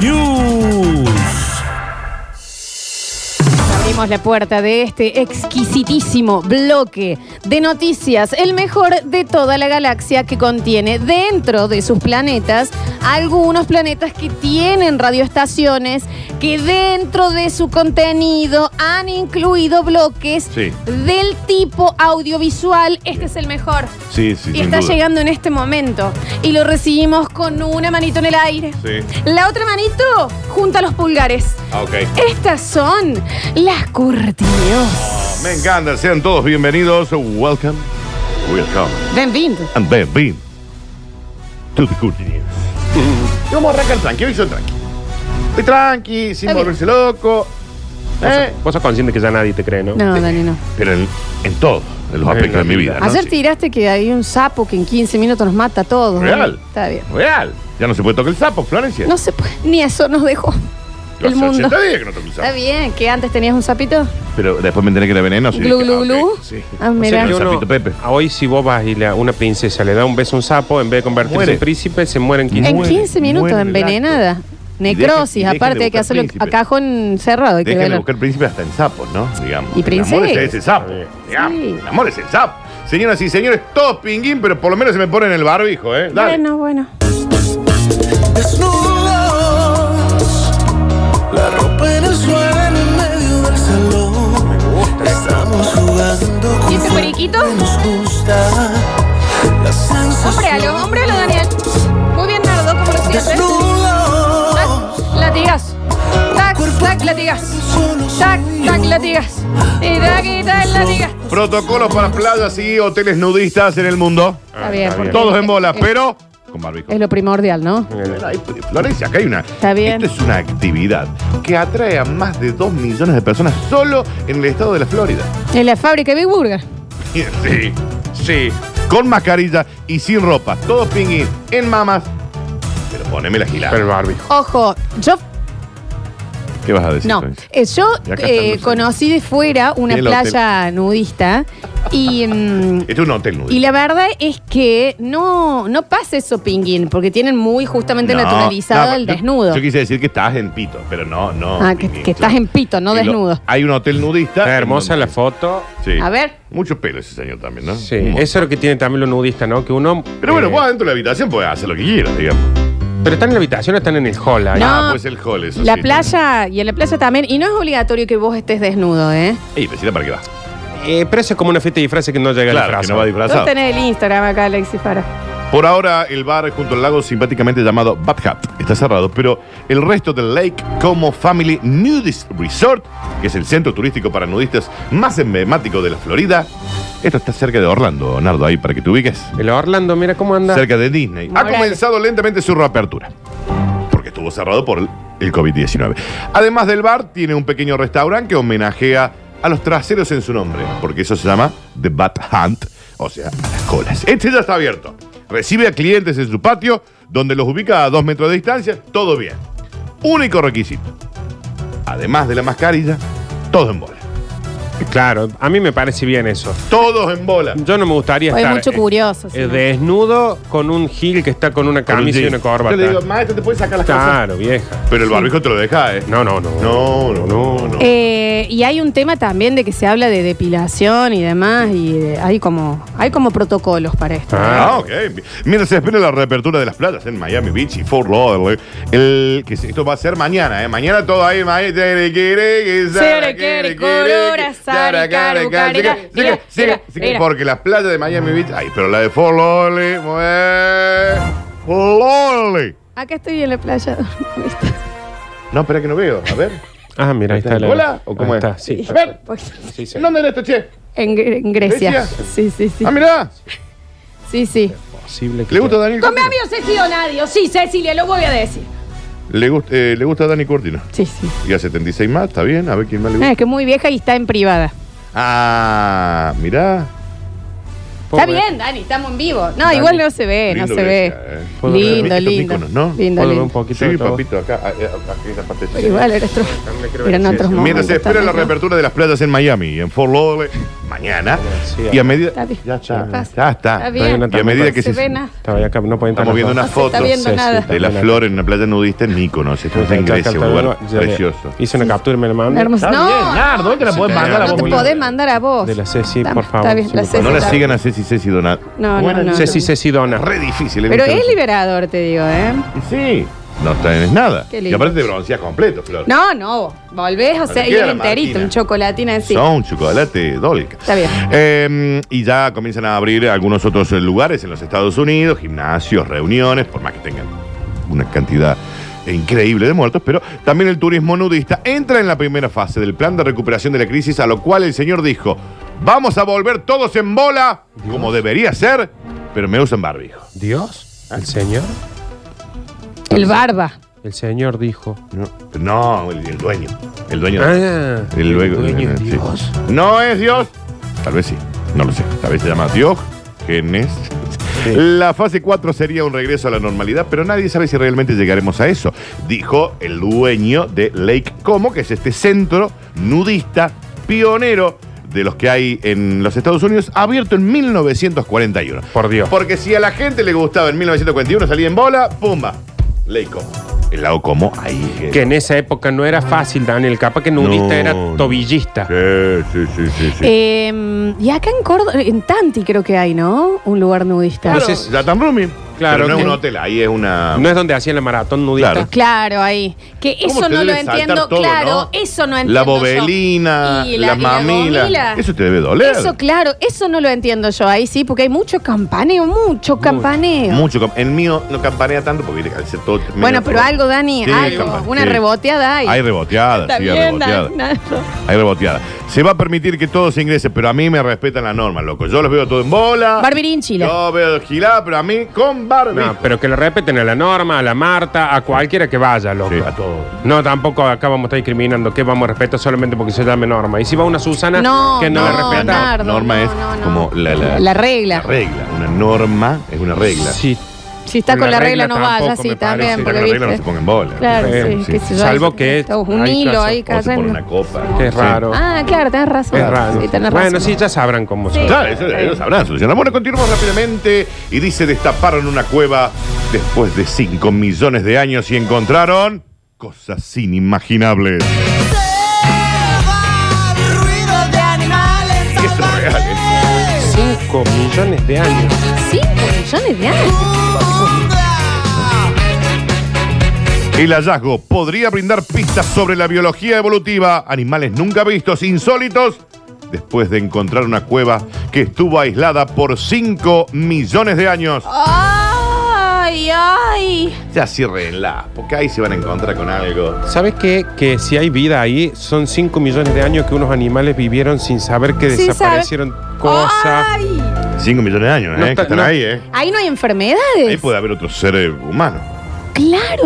News. Abrimos la puerta de este exquisitísimo bloque de noticias, el mejor de toda la galaxia que contiene dentro de sus planetas algunos planetas que tienen radioestaciones que dentro de su contenido han incluido bloques Sí. del tipo audiovisual. Este es el mejor. Sí, sí, Y sin está duda. llegando en este momento. Y lo recibimos con una manito en el aire. Sí. La otra manito junta los pulgares. Ah, ok. Estas son las curtidos. Me encanta, sean todos bienvenidos. Welcome, welcome, Bienvenido. and bienvenido to the Good News. Vamos a arrancar tranqui, hoy son tranqui. Estoy tranqui, sin Está bien. volverse loco. ¿eh? Vos sos consciente que ya nadie te cree, ¿no? No, Dani, no. Pero en, en todo, en los aspectos de mi vida. ¿no? Ayer Sí. tiraste que hay un sapo que en 15 minutos nos mata a todos. ¿no? Real. Está bien. Real. Ya no se puede tocar el sapo, Florencia. No se puede, ni eso nos dejó Yo el hace mundo. 80 días que no toco el Está sapo. bien, que antes tenías un sapito. Pero después me enteré que era veneno. así Glu, que- glu, ah, glu. ok, sí. Ah, O sea, mira. que el Y uno- sapito Pepe. a hoy si vos vas y le- a una princesa le da un beso a un sapo, en vez de convertirse Muere. en príncipe, se mueren 15 En Muere, 15 minutos muere el envenenada. Necrosis, Y dejen- y dejen aparte de hay que buscar hacerlo a príncipes. cajón cerrado. Hay que Déjale verlo. buscar príncipe hasta en sapos, ¿no? Digamos. Y El amor es princesas. ese sapo. Digamos. El amor es el sapo. Señoras y señores, todos pinguín, pero por lo menos se me ponen el barbijo, ¿eh? Dale. Bueno, bueno. desnudos. La ropa en el suelo en medio del salón. Estamos jugando con ¿Y ese fuego periquito? que nos gusta. La sensación Hombrealo, hombrealo, Daniel. Muy bien, Nardo, como lo sientes. Desnudos. Tac, latigas. Tac, tac, latigas. Solo Tac, soy tac, yo. latigas. Y tac, y tac, latigas. Ah, Protocolos para playas y hoteles nudistas en el mundo. Está bien. porque Todos es- en bola, es- pero con barbijo. Es lo primordial, ¿no? Eh, Ay, pues, Florencia, acá hay una. Está bien. Esto es una actividad que atrae a más de 2 millones de personas solo en el estado de la Florida. En la fábrica de Big Burger. Sí, sí. Con mascarilla y sin ropa. Todos pinguín, en mamas. Pero poneme la Pero el gilada. barbijo. Ojo, yo. ¿Qué vas a decir? No. Florencia? Eh, yo Y acá eh, están los- conocí de fuera una Y el hotel. playa nudista y. mm, Este es un hotel nudista. Y la verdad es que no, no pasa eso, Pinguín, porque tienen muy justamente No, naturalizado no, el yo- desnudo. Yo quise decir que estás en pito, pero no, no. Ah, que- Pinky, que estás en pito, no Y lo- desnudo. hay un hotel nudista. Está hermosa la foto. Sí. A ver. Mucho pelo ese señor también, ¿no? Sí, Un montón. eso es lo que tiene también los nudistas, ¿no? Que uno. Pero bueno, eh, vos adentro de la habitación podés hacer lo que quieras, digamos. Pero están en la habitación o están en el hall ahí. No. Ah, pues el hall, eso La sí. playa, y en la playa también, y no es obligatorio que vos estés desnudo, ¿eh? Ey, vecina, ¿para qué va? Eh, pero eso es como una fiesta de disfraces que no llega Claro, el disfraz. que no va Vos disfrazado. tenés el Instagram acá, Alexis, para. Por ahora, el bar junto al lago simpáticamente llamado Bad Hat está cerrado, pero el resto del Lake Como Family Nudist Resort, que es el centro turístico para nudistas más emblemático de la Florida, esto está cerca de Orlando, Nardo, ahí para que te ubiques. El Orlando, mira cómo anda. cerca de Disney. Ha Morales. comenzado lentamente su reapertura, porque estuvo cerrado por el- el COVID-19. Además del bar, tiene un pequeño restaurante que homenajea a los traseros en su nombre, porque eso se llama The Bat Hunt, o sea, a las colas. Este ya está abierto. Recibe a clientes en su patio, donde los ubica a dos metros de distancia, todo bien. Único requisito. Además de la mascarilla, todo en bola. Claro, a mí me parece bien eso. Todos en bola. Yo no me gustaría Hoy estar. mucho eh, curioso. eh, ¿no? desnudo con un gil que está con una camisa y una Yo le digo, corbata. maestro, te puedes sacar las cosas. Claro, vieja. Pero el barbijo te lo deja, ¿eh? No, no, no. No, no, no, no. Eh, y hay un tema también de que se habla de depilación y demás, y de- hay como hay como protocolos para esto. Ah. Ah, ok. Mira, se espera la reapertura de las playas en Miami Beach y Fort Lauderdale. El, que se- esto va a ser mañana, ¿eh? Mañana todo ahí. Mañana. Porque las playas de Miami Beach. Ay, pero la de Fort Lauderdale. eh, Fort Lauderdale. Acá estoy en la playa. No, espera que no veo. A ver. Ah, mira, ahí está ¿Está en la. bola o cómo Ahí es? está, sí. A ver. Sí, sí. ¿En dónde era esto, che? En, Gre- en Grecia. ¿Grecia? Sí, sí, sí. Ah, mirá. Sí, sí. Posible que ¿Le gusta a Dani Con mi Curtino? amigo Cecilio Nadio. Sí, Cecilia, lo voy a decir. Le gust- eh, le gusta a Dani Curtino. Sí, sí. Y a 76 más, está bien. A ver quién más le gusta. Ah, es que es muy vieja y está en privada. Ah, mirá. Está bien, Dani, estamos en vivo. No, Dani, igual no se ve, no lindo se ve. Grecia, eh. Puedo Lindo, ver estos lindo. íconos, ¿no? Lindo, ¿Puedo ver un lindo. poquito Sí, de todo? papito, acá, a- a- aquí esa parte. Pero igual era otro- También creo que eran sí, otros sí. momentos. Mientras se espera la también, ¿no? reapertura de las playas en Miami, en Fort Lauderdale, mañana. Sí, y a medida. Está bien. Ya ¿Qué está. pasa? Ya está. Está bien. Y a medida que se se. ve nada. Estaba acá, no pueden Estamos viendo unas se está fotos viendo nada. de la flor en una playa nudista en Mykonos. Esto es en Grecia, un lugar precioso. Hice una captura, me la mandó. Hermoso. Está No, bien, Nardo, ¿dónde la no, podés no, mandar a No vos, te boludo? podés mandar a vos. De la Ceci, Está- por favor. Está bien, Sí, la por Ceci. favor. No la está- sigan a Ceci Ceci Donat. No, no, no. Ceci, Ceci Dona. Re difícil. ¿eh? Pero es liberador, te digo, ¿eh? Sí. No tenés nada. Qué Y lindo. aparte te bronceas completo, Flor. No, no. Volvés a te ser queda la enterito, Martina. un chocolatín así. Son chocolate dólica. Está bien. Eh, y ya comienzan a abrir algunos otros eh, lugares en los Estados Unidos, gimnasios, reuniones, por más que tengan una cantidad increíble de muertos, pero también el turismo nudista entra en la primera fase del plan de recuperación de la crisis, a lo cual el señor dijo, vamos a volver todos en bola, como debería ser, pero me usan barbijo. Dios, el Señor. El barba. El Señor dijo. No, no, el, el dueño, el dueño. Ah, El luego- eh, dueño es sí. Dios. No es Dios. Tal vez sí. No lo sé. Tal vez se llama Dios. Genes. Sí. La fase 4 sería un regreso a la normalidad, pero nadie sabe si realmente llegaremos a eso, dijo el dueño de Lake Como, que es este centro nudista pionero de los que hay en los Estados Unidos, abierto en 1941. Por Dios. Porque si a la gente le gustaba en 1941 salir en bola, ¡pumba! Lake Como. El lago Como, ahí. eh, Que en esa época no era fácil, Daniel. Capaz que nudista No, era no. tobillista. Sí, sí, sí, sí. sí. Eh, y acá en Córdoba, en Tanti creo que hay, ¿no? Un lugar nudista. Claro, Claro, Entonces- Pues, Latam Rooming. Claro Pero no que- es un hotel, ahí es una. No es donde hacían la maratón nudista. Claro. ahí. Que ¿Cómo eso te no lo debe saltar entiendo, todo, claro. no? Eso no entiendo. la bobelina, yo. Y la, y mamila. gomila. Eso te debe doler. Eso, claro, eso no lo entiendo yo ahí, sí, porque hay mucho campaneo, mucho campaneo. Mucho. cam- El mío no campanea tanto porque viste que al ser todo. bueno, pero algo, Dani, Sí, algo, campa- una sí. reboteada hay. Hay reboteada, Está sí, hay bien, reboteada. Dani, Nardo. Hay reboteada. Se va a permitir que todos ingresen, pero a mí me respetan las normas, loco. Yo los veo todo en bola. Barbirí en Chile. Yo veo gilada, pero a mí con barbijo. No, pero que le respeten a la norma, a la Marta, a cualquiera que vaya, loco. Sí, a todos. No, tampoco acá vamos a estar discriminando, que vamos a respetar solamente porque se llame norma. Y si va una Susana No, que no, no, la respeta. Nardo, norma no, es no, no. como la, la- La regla. la regla. Una norma es una regla. Sí, Si está Con con la la regla, regla no vaya, tampoco sí, me también, parece. Con porque la regla no viste. se ponga en bola. Claro, Eh, sí, sí. qué sé yo, Salvo ahí se- que está Un hay hilo casos- ahí O se pone una cayendo. copa. que es Sí. raro. Ah, claro, tenés razón. es raro. Sí, tenés bueno, razón. sí, ya sabrán cómo son. Claro, eso ellos sabrán solucionar. Bueno, continuamos rápidamente y dice, destaparon una cueva después de 5 millones de años y encontraron cosas inimaginables. ruido de animales Y esto es real, ¿eh? salvajes. 5 millones de años. Cinco millones de años. El hallazgo podría brindar pistas sobre la biología evolutiva, animales nunca vistos, insólitos, después de encontrar una cueva que estuvo aislada por 5 millones de años. Ay, ay. Ya cierrenla, porque ahí se van a encontrar con algo. ¿Sabes qué? Que si hay vida ahí, son 5 millones de años que unos animales vivieron sin saber que Sin saber- desaparecieron cosas. Ay. 5 millones de años, No ¿eh? está- que están no. ahí, ¿eh? Ahí no hay Ahí enfermedades. puede haber otro ser eh, humano. Claro.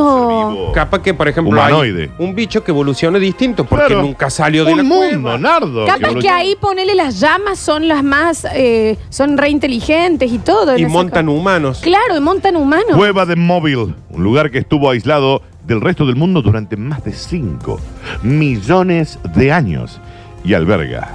vivo. Capaz que, por ejemplo, Humanoide. hay un bicho que evoluciona distinto porque Claro. nunca salió de Un la mundo, cueva. Nardo. Capaz que evoluciona. ahí ponele las llamas son las más, eh, son re inteligentes y todo. en Y esa montan co- humanos. Claro, y montan humanos. Cueva de Móvil, un lugar que estuvo aislado del resto del mundo durante más de 5 millones de años y alberga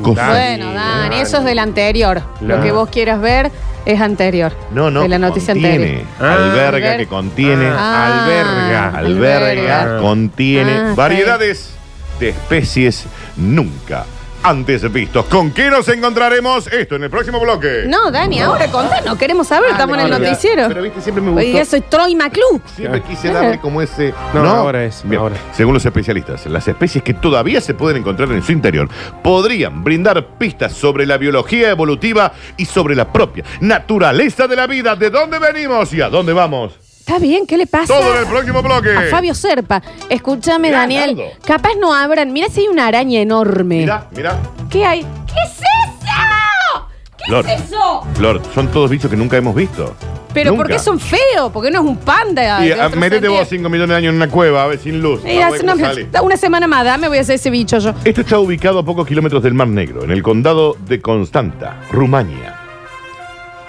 cosas. Dani, bueno, Dan, Dani. eso es del anterior. Lo Claro. que vos quieras ver es anterior. No, no, De la noticia contiene, anterior. Ah, alberga alber- que contiene, Ah, alberga. alberga, alberga. contiene Ah, está variedades de especies nunca antes vistos. ¿Con qué nos encontraremos? Esto en el próximo bloque. No, Dani, ahora contanos, queremos Ah, saber, estamos en el no, no, noticiero. Pero viste, siempre me gustó. Oye, yo soy Troy McClure. Siempre quise Claro. darle como ese. No, ahora es, Bien. ahora. Según los especialistas, las especies que todavía se pueden encontrar en su interior podrían brindar pistas sobre la biología evolutiva y sobre la propia naturaleza de la vida, de dónde venimos y a dónde vamos. Está bien, ¿qué le pasa? Todo en el próximo bloque. A Fabio Serpa. Escúchame, Mirá, Daniel. Nardo. Capaz no abran. Mira si hay una araña enorme. Mira, mira. ¿Qué hay? ¿Qué es eso? ¿Qué Flor. es eso? Flor, son todos bichos que nunca hemos visto. Pero Nunca. ¿por qué son feos? Porque no es un panda. Y, de ah, otro métete sentido. vos 5 millones de años en una cueva, a ver, sin luz. Ah, Eh, Vamos a ver hace una, cómo sale. una semana más, dame, voy a hacer ese bicho yo. Este Esto está ubicado a pocos kilómetros del Mar Negro, en el condado de Constanta, Rumania.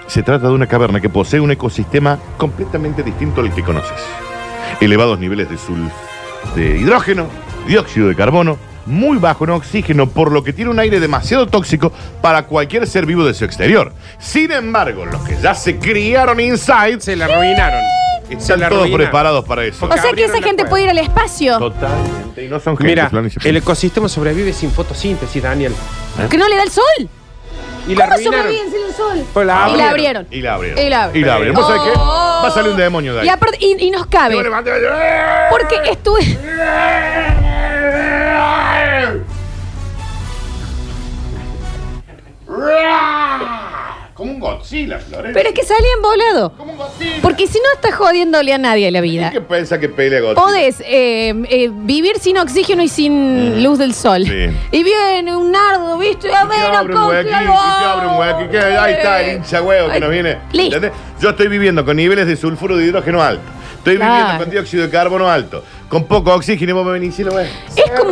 Se trata de una caverna que posee un ecosistema completamente distinto al que conoces. Elevados niveles de, sul- de hidrógeno, dióxido de carbono, muy bajo en oxígeno, por lo que tiene un aire demasiado tóxico para cualquier ser vivo de su exterior. Sin embargo, los que ya se criaron inside Se la arruinaron. Se están la todos arruinaron. preparados para eso. O sea que abrieron esa la gente cueva. puede ir al espacio. Totalmente. Y no son gente, Mira, Florencia. el ecosistema sobrevive sin fotosíntesis, Daniel. Que no le da el sol. Y la ¿Cómo arruinaron. sobreviven sin el sol? Pues la y la abrieron. abrieron. Y la abrieron. Y la abrieron. ¿Vos sabés qué? Oh. Va a salir un demonio de ahí. Y, aparte- y- y nos Y vos cabe. levantás y vas- Porque estuve. Como un Godzilla, Florencia. Pero es que salían volado. Como un Godzilla. Porque si no estás jodiéndole a nadie la vida. ¿Qué piensa que pelea Godzilla? Podés eh, eh, vivir sin oxígeno y sin luz del sol. Sí. Y viene un nardo, ¿viste? A Y te ver, abre un con- huequito, y te abre un huequito. que Ahí está el hincha huevo que Ay, nos viene. Listo. ¿Entendés? Yo estoy viviendo con niveles de sulfuro de hidrógeno alto. Estoy Claro. viviendo con dióxido de carbono alto. Con poco oxígeno y vos me venís y lo ves. Es como.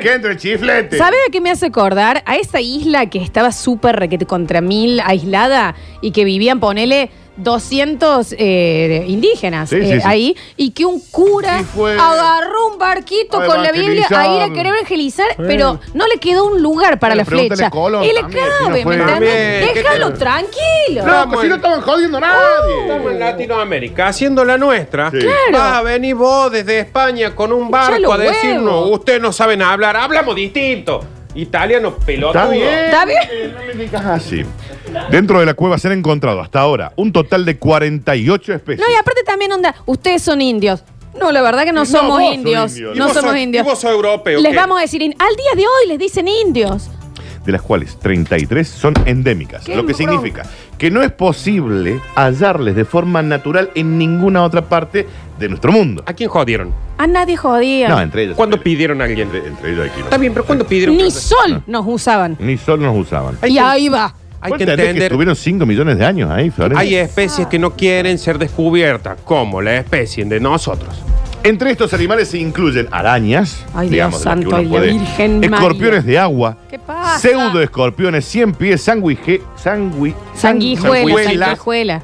Que entre el chiflete. ¿Sabe a qué me hace acordar? A esa isla que estaba súper requete contra mil, aislada, y que vivían, ponele, 200 eh, indígenas Sí, sí, eh, sí. ahí, y que un cura Y fue agarró un barquito a con la Biblia a ir a evangelizar. querer evangelizar, pero no le quedó un lugar para Bueno, la pregúntale flecha. a Colón y le también, si cabe, no fue- ¿me entendés? También, ¿qué Déjalo te- tranquilo. No, pues si no estaban jodiendo a nadie. eh. Uh, Estamos en Latinoamérica, haciendo la nuestra. Sí. Claro. Vas a venir vos desde España con un los barco a huevos. decirnos, ustedes no saben hablar, hablamos distinto. Italiano pelotudo. Está bien. ¿Está bien? No me digas así. Ah, Dentro de la cueva se han encontrado hasta ahora un total de 48 especies. No, y aparte también onda, ustedes son indios. No, la verdad que no, No, somos vos sos indios. indio. Y No vos somos sos- indios. y vos sos europeo, Les ¿qué? vamos a decir, in- al día de hoy les dicen indios. de las cuales 33 son endémicas, ¡Qué lo que bronca! significa que no es posible hallarles de forma natural en ninguna otra parte de nuestro mundo. ¿A quién jodieron? A nadie jodía. No, entre ellos. ¿Cuándo entre, pidieron a alguien? entre, entre ellos aquí. ¿no? Está bien, pero ¿cuándo pidieron? Ni que- sol nos usaban. Ni solo nos usaban. Hay y que- ahí va. Hay ¿Vos que entendés entender. estuvieron 5 millones de años ahí, Florencia? Hay especies que Ah. no quieren ser descubiertas, como la especie de nosotros. Entre estos animales se incluyen arañas, Ay, Dios digamos, de las que santo, uno y la puede- Virgen escorpiones de agua, ¿Qué pasa? pseudoescorpiones, cien pies, sanguije, sangui Sanguijuela, sanguijuelas sanguijuela.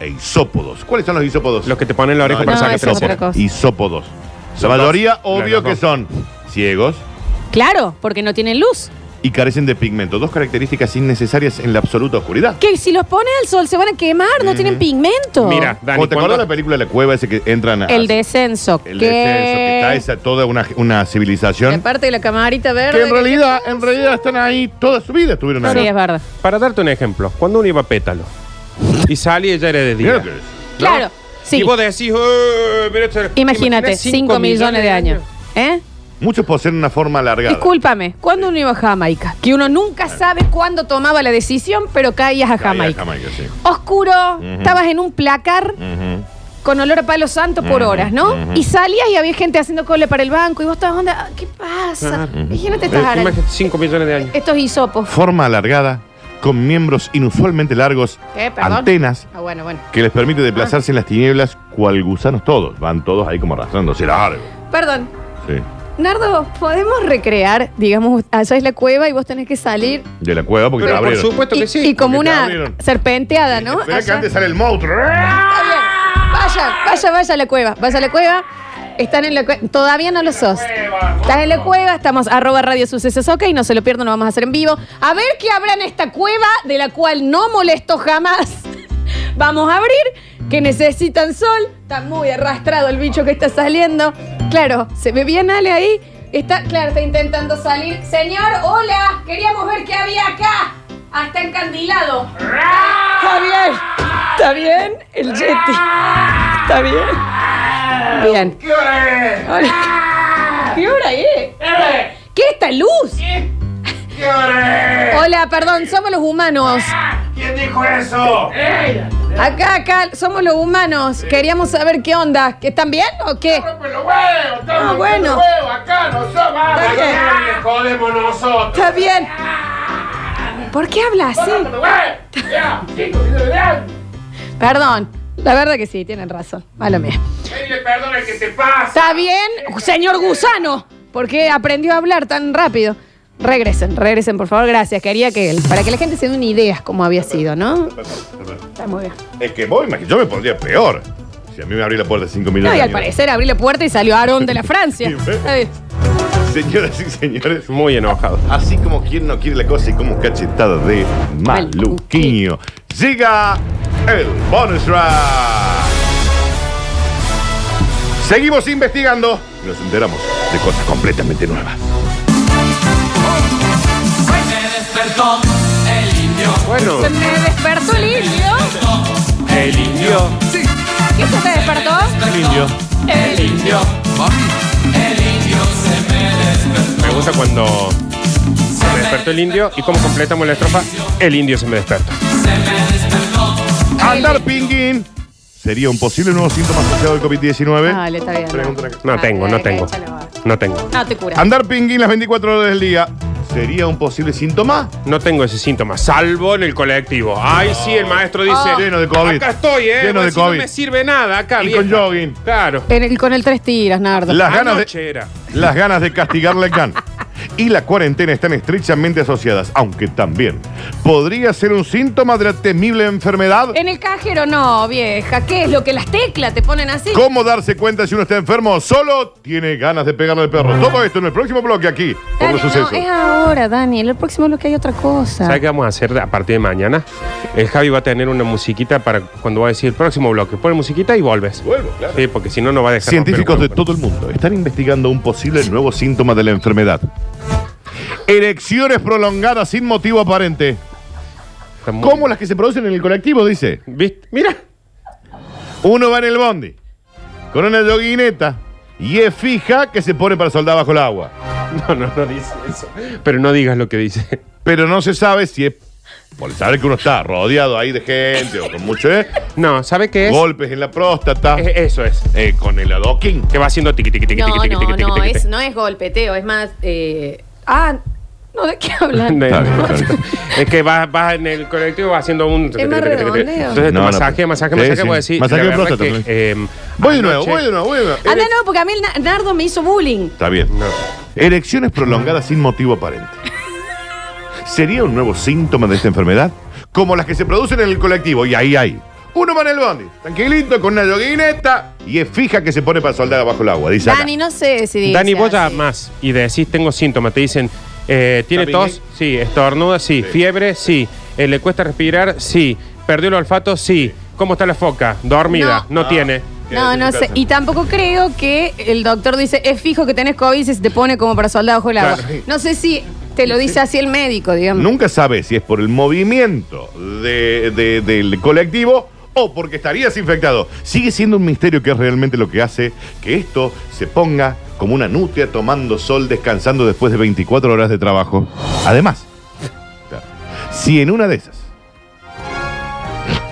e isópodos. ¿Cuáles son los isópodos? Los que te ponen la oreja No, para no, sacarte eso la es otra oreja. cosa. Isópodos. La Son mayoría, dos. obvio Claro, que dos. son ciegos Claro, porque no tienen luz. y carecen de pigmento. Dos características innecesarias en la absoluta oscuridad. Que si los pones al sol se van a quemar, no tienen pigmento. Mira, Dani, ¿O te acuerdas ¿cuándo- la película La Cueva ese que entran a. El descenso. El que- descenso, que está esa toda una, una Y civilización. aparte de la camarita verde. Que en realidad, en realidad están ahí toda su vida estuvieron Sí, ahí. es verdad. Para darte un ejemplo, cuando uno iba a pétalo y salía ya era de Mira día. lo que es. Claro, sí. Y vos decís, "Eh, mira esto". Imagínate, Imaginás 5 millones de años. ¿Eh? Muchos poseen una forma alargada. Discúlpame, ¿cuándo uno iba a Jamaica? Que uno nunca sabe cuándo tomaba la decisión, pero caías a Ahí a Jamaica. Jamaica, sí. Oscuro, estabas en un placar Ujú. con olor a palo santo por horas, ¿no? ujú. Y salías y había gente haciendo cola para el banco y vos estabas onda, ah, ¿qué pasa? Imagínate Eh, estas Eh, Imagínate, arañas, 5 millones de años. estos hisopos. Forma alargada, con miembros inusualmente largos, ¿Qué? Perdón. antenas, Ah, bueno, bueno. que les permite desplazarse en las tinieblas cual gusanos todos. Van todos ahí como arrastrándose largo. Perdón. Sí. Nardo, ¿podemos recrear, digamos, allá es la cueva y vos tenés que salir De la cueva porque Pero la por abrieron. supuesto y, que sí. y como porque te una abrieron. serpenteada, ¿no? Espera que Allá. antes sale el monstruo. Está bien. Vaya, vaya, vaya a la cueva. Vaya a la cueva. Están en la cueva. Todavía no lo sos. Estás en la cueva, estamos arroba radio sucesos, ok, no se lo pierdan, lo vamos a hacer en vivo. A ver qué habrá en esta cueva de la cual no molesto jamás. Vamos a abrir, que necesitan sol. Está muy arrastrado el bicho que está saliendo. Claro, se ve bien Ale ahí. Está, claro, está intentando salir. Señor, hola, queríamos ver qué había acá. Ah, está encandilado. Está bien. Está bien el Yeti. Está bien. Bien. ¿Qué hora es? ¿Qué hora es? ¿Qué esta luz? ¿Qué hora es? Hola, perdón, somos los humanos. ¿Quién dijo eso? Acá, acá, somos los humanos. Queríamos saber qué onda. ¿Que ¿Están bien o qué? ¡Rompe los huevos! Ah, ¡Estamos bueno. los huevos! ¡Acá no somos! ¡Vamos! bien. ¡Nadie jodemos nosotros! Está bien. ¿Por qué habla así? ¡Rompe los huevos! ¡Ya! ¡Cinco millones de años! Perdón. La verdad que sí, tienen razón. Mala mía. ¡Pedile perdón al que te pasa! ¿Está bien, señor gusano? ¿Por qué aprendió a hablar tan rápido? Regresen, regresen, por favor. Gracias. Quería que para que la gente se dé una idea cómo había sido, ¿no? Está muy bien. Es que vos imagínate, yo me pondría peor. Si a mí me abrí la puerta 5 No, y millones. al de años. parecer abrí la puerta y salió Aarón de la Francia. Está bien. Señoras y señores, Muy enojado. así como quien no quiere la cosa y como cachetada de maluquiño, llega el bonus round. Seguimos investigando y nos enteramos de cosas completamente nuevas. Hoy me despertó el indio. Bueno, Se me despertó el indio. el indio. ¿Qué se te despertó? El indio. El Indio. El indio se me despertó. Me gusta cuando se me despertó el indio y cómo completamos la estrofa, el indio se me despertó. Se me despertó. Andar pinguín sería un posible nuevo síntoma asociado al COVID-19. Dale, está bien. Pregunta acá. No tengo, no tengo. No tengo. No te cura. Andar pinguín las 24 horas del día sería un posible síntoma. No tengo ese síntoma, salvo en el colectivo. Ay, sí, el maestro dice. Ah. Lleno de COVID. Acá estoy, ¿eh? Lleno de Así COVID. No me sirve nada acá, Y vieja. con jogging. Claro. En el- con el tres tiras, Nardo. Las ganas de, Anoche era. Las ganas de castigarle can y la cuarentena están estrechamente asociadas, aunque también podría ser un síntoma de la temible enfermedad. En el cajero no, vieja. ¿Qué es lo que las teclas te ponen así? ¿Cómo darse cuenta si uno está enfermo? Solo tiene ganas de pegarle al perro. Todo esto en el próximo bloque aquí, por Dani, los no, sucesos. es ahora, Daniel. El próximo lo que hay otra cosa. ¿Sabes qué vamos a hacer a partir de mañana? El Javi va a tener una musiquita para cuando va a decir el próximo bloque. Pone musiquita y volves. Vuelvo, claro. Sí, porque si no, no va a dejar. Científicos de romper un todo el mundo están investigando un posible nuevo síntoma de la enfermedad. Erecciones prolongadas sin motivo aparente. cuerpo. Está muy- Como las que se producen en el colectivo, dice. ¿Viste? Mira. Uno va en el bondi con una yoguineta y es fija que se pone para soldar bajo el agua. No, no, no dice eso. Pero no digas lo que dice. Pero no se sabe si es por saber que uno está rodeado ahí de gente o con mucho ¿eh? No, ¿sabe qué es? golpes en la próstata, Es- Eso es. eh, con el adoquín. Que va haciendo tiqui, tiqui, tiqui, No, tiqui, tiqui, no, tiqui, no. tiqui, Es, tiqui. no es golpeteo, es más. eh, Ah, no, ¿de qué hablan? No, Está bien, no. está bien. Es que vas vas en el colectivo vas haciendo un. más redondeo. Entonces, este No, no, masaje, masaje, sí, masaje, sí. voy a decir. Masaje la de verdad próstata, que, eh, Voy de nuevo, anoche- voy de nuevo, voy de nuevo. Ah, no, Erec- no, porque a mí el Na- Nardo me hizo bullying. Está bien. No. Erecciones prolongadas sin motivo aparente. ¿Sería un nuevo síntoma de esta enfermedad? Como las que se producen en el colectivo, y ahí hay. Uno va en el bondi, tranquilito, con una yoguineta, y es fija que se pone para soldar bajo el agua, dice acá. Dani, no sé si dice Dani, vos ya así. más y decís, tengo síntomas. Te dicen, eh, ¿tiene ¿Está bien, tos? Sí. ¿Estornuda? Sí. ¿Fiebre? Sí. Eh, ¿Le cuesta respirar? Sí. ¿Perdió el olfato? Sí. ¿Cómo está la foca? ¿Dormida? No, Ah. tiene. No, Quédate en no tu sé. casa. Y tampoco creo que el doctor dice, es fijo que tenés COVID y se te pone como para soldar bajo el agua. Claro. No sé si te lo dice así el médico, digamos. Nunca sabes si es por el movimiento de- de- del colectivo o porque estarías infectado. Sigue siendo un misterio que es realmente lo que hace que esto se ponga como una nutria tomando sol, descansando después de 24 horas de trabajo. Además, claro, si en una de esas,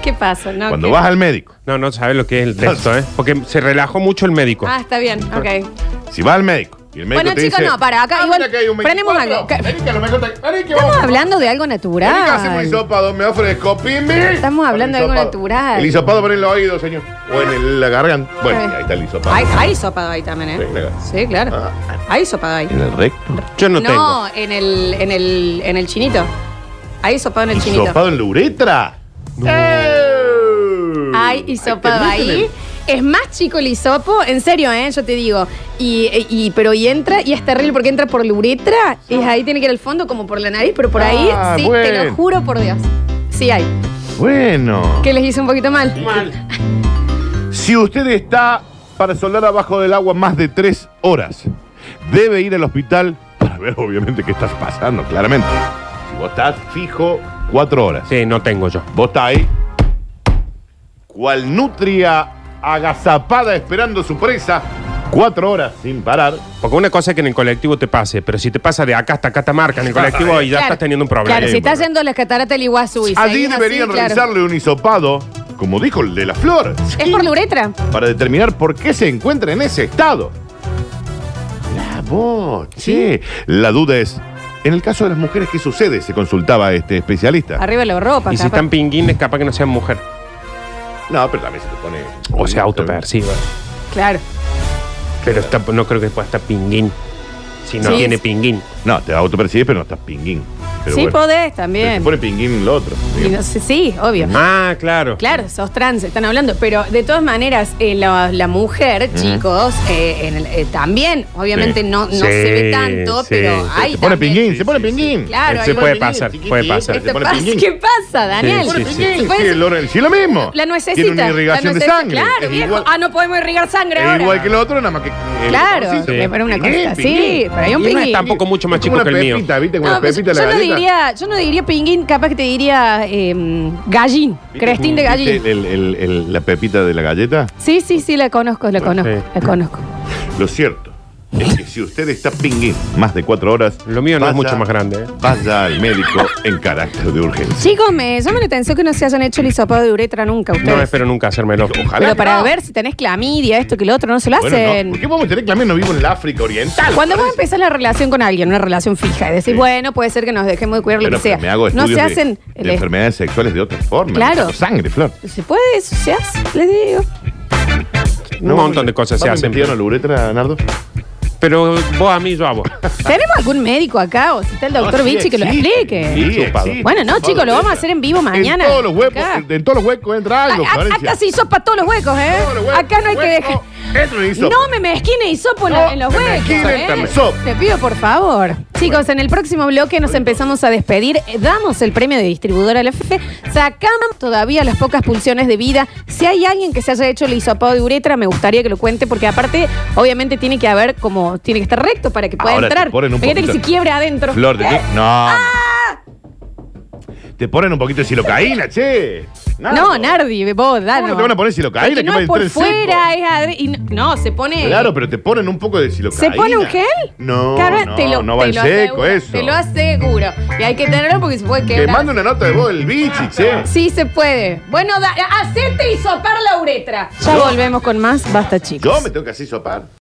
¿Qué pasa? No, cuando ¿qué? vas al médico, No, no sabes lo que es el texto, ¿eh? Porque se relajó mucho el médico. Ah, está bien, ok. si vas al médico y el médico Bueno, te chicos, dice, no, para, acá "Ah, igual- mira que hay un frenemos 24, algo. Ca- vení que a lo mejor te- vení que Estamos vamos". hablando de algo Vení que hacemos natural. hisopado, me ofrezco, pime. Estamos hablando Con de algo hisopado. natural. El hisopado por el oído, señor. O en el- la garganta. Está Bueno, bien. ahí está el hisopado. Hay, hay sopado ahí también, Sí, ¿eh? claro. Sí, claro. Hay sopado ahí. ¿En el recto? Ah. Yo no, tengo. No, en el, en el, en el chinito. Hay sopado en el chinito. ¿Hisopado en la uretra? ¡Eh! Hay hisopado Ay, te ahí. meten Es más chico el hisopo, en serio, ¿eh? yo te digo. Y, y- pero y entra, y es terrible porque entra por la uretra, y ahí tiene que ir al fondo como por la nariz, pero por ahí, Ah, sí, te lo bueno. juro por Dios. Sí hay. el- Bueno. ¿Qué les hice un poquito mal? Si usted está para soldar abajo del agua más de tres horas, debe ir al hospital para ver obviamente qué está pasando, claramente. Si vos estás fijo, cuatro horas. Sí, no tengo yo. Vos estás ahí. Cual nutria agazapada esperando su presa. Cuatro horas sin parar. Porque una cosa es que en el colectivo te pase, pero si te pasa de acá hasta Catamarca en el colectivo y ya Claro. estás teniendo un problema. Claro, si estás yendo a las cataratas del Iguazú y Allí seguís así, deberían claro. realizarle un hisopado, como dijo el de la flor, Es por la uretra. para determinar por qué se encuentra en ese estado. La voz, che. La duda es, en el caso de las mujeres, ¿qué sucede? Se consultaba este especialista. Arriba la ropa. Y si capaz. están pinguines, capaz que no sean mujer. No, pero también se te pone... O sea, autoperciba. Claro. Pero está- no creo que pueda estar pinguín. Si no Sí. tiene pinguín. No, te autopercibes, pero no estás pinguín. Pero sí, bueno. podés Pero también. se pone pinguín lo otro. Y no sé- sí, obvio. Ah, claro. Claro, sos trans, están hablando. Pero de todas maneras, eh, la, la mujer, chicos, eh, en el- eh, también, obviamente Sí. no, no Sí, se ve tanto, sí. pero Se hay. se pone también. pinguín, se pone Sí, sí, pinguín. sí. Claro, Se ahí puede va. Este pasar, chiquitín. puede pasar. Se Esto pone pasa- pinguín. ¿Qué pasa, Daniel? Sí, Pone sí, pinguín, Puede sí, ser- lo- sí, lo mismo. pues, La nuececita. Tiene una irrigación la de nuececita, sangre. Claro, Es viejo. igual- Ah, no podemos irrigar sangre Es ahora. igual que el otro, nada más que. eh, el Claro, colorcito. Sí. me pone una Pinguín, cosa así, pinguín. pero hay un Y no es pinguín. tampoco mucho más Es chico como que una el mío. pepita, ¿viste? Como No, una pues, pepita de yo, la no galleta. diría, yo no diría pinguín, capaz que te diría eh, gallín, ¿Viste? crestín de ¿Viste gallín. el- el- el- la pepita de la galleta? Sí, sí, sí, la conozco, la conozco, sí. la conozco. Lo cierto es que si usted está pinguín más de cuatro horas. Lo mío no es mucho más grande, ¿eh? Vaya al médico en carácter de urgencia. Chicos, me llama la atención que no se hayan hecho el hisopado de uretra nunca ustedes. No espero nunca hacérmelo. Ojalá. Pero para No. ver si tenés clamidia, esto que lo otro, no se lo Bueno, no, hacen. ¿Por qué vamos a tener clamidia? No vivo en el África Oriental. Cuando vos empezás la relación con alguien, una relación fija, y decís, Sí. bueno, puede ser que nos dejemos de cuidar lo Bueno, que sea. pero me hago no estudios se de- hacen. de, el- enfermedades sexuales de otra forma. Claro. Me saco Sangre, Flor. se puede, eso se hace, les digo. Ah. Un montón de cosas se ¿Vamos a hacen. investigarnos la uretra, Nardo? Pero vos a mí, yo a vos. ¿Tenemos algún médico acá o si está el doctor No, sí Vichy que lo existe. explique? Sí, Chupado. existe. Bueno, no, Chupado chicos, lo de vamos a esa. hacer en vivo mañana. En todos los huecos, Acá. en todos los huecos entra algo, A- a- Florencia. Acá se hisopa todos los huecos, ¿eh? Todos los huecos, Acá no hay que hueco, dejar. entra un hisopo. No me mezquine hisopo en, No la- en los me huecos. mezquine, ¿eh? entra el hisopo. Te pido por favor. Chicos, en el próximo bloque nos empezamos a despedir. Eh, Damos el premio de distribuidora a la FF. Sacamos todavía las pocas pulsiones de vida. Si hay alguien que se haya hecho el hisopado de uretra, me gustaría que lo cuente, porque aparte, obviamente, tiene que haber como. Tiene que estar recto para que pueda Ahora te entrar. ponen un Imagínate que poquito- se quiebre adentro. Flor de ¿Eh? No. Ah. Te ponen un poquito de silocaína, che. Nardo. No, Nardi, vos, Dano. ¿Cómo te van a poner silocaína? Porque Que No puede es por entrar fuera, el es adre- y no- No, se pone. Claro, pero te ponen un poco de ¿Se silocaína. pone un gel? No, Cara, no, te lo, no te va en lo seco aseguro, eso. Te lo aseguro. Y hay que tenerlo porque se puede que quebrar. manda una nota de voz el bichi, che. Sí, se puede. Bueno, da, hacete y sopar la uretra. Ya volvemos con más. Basta, chicos. Yo me tengo que así sopar.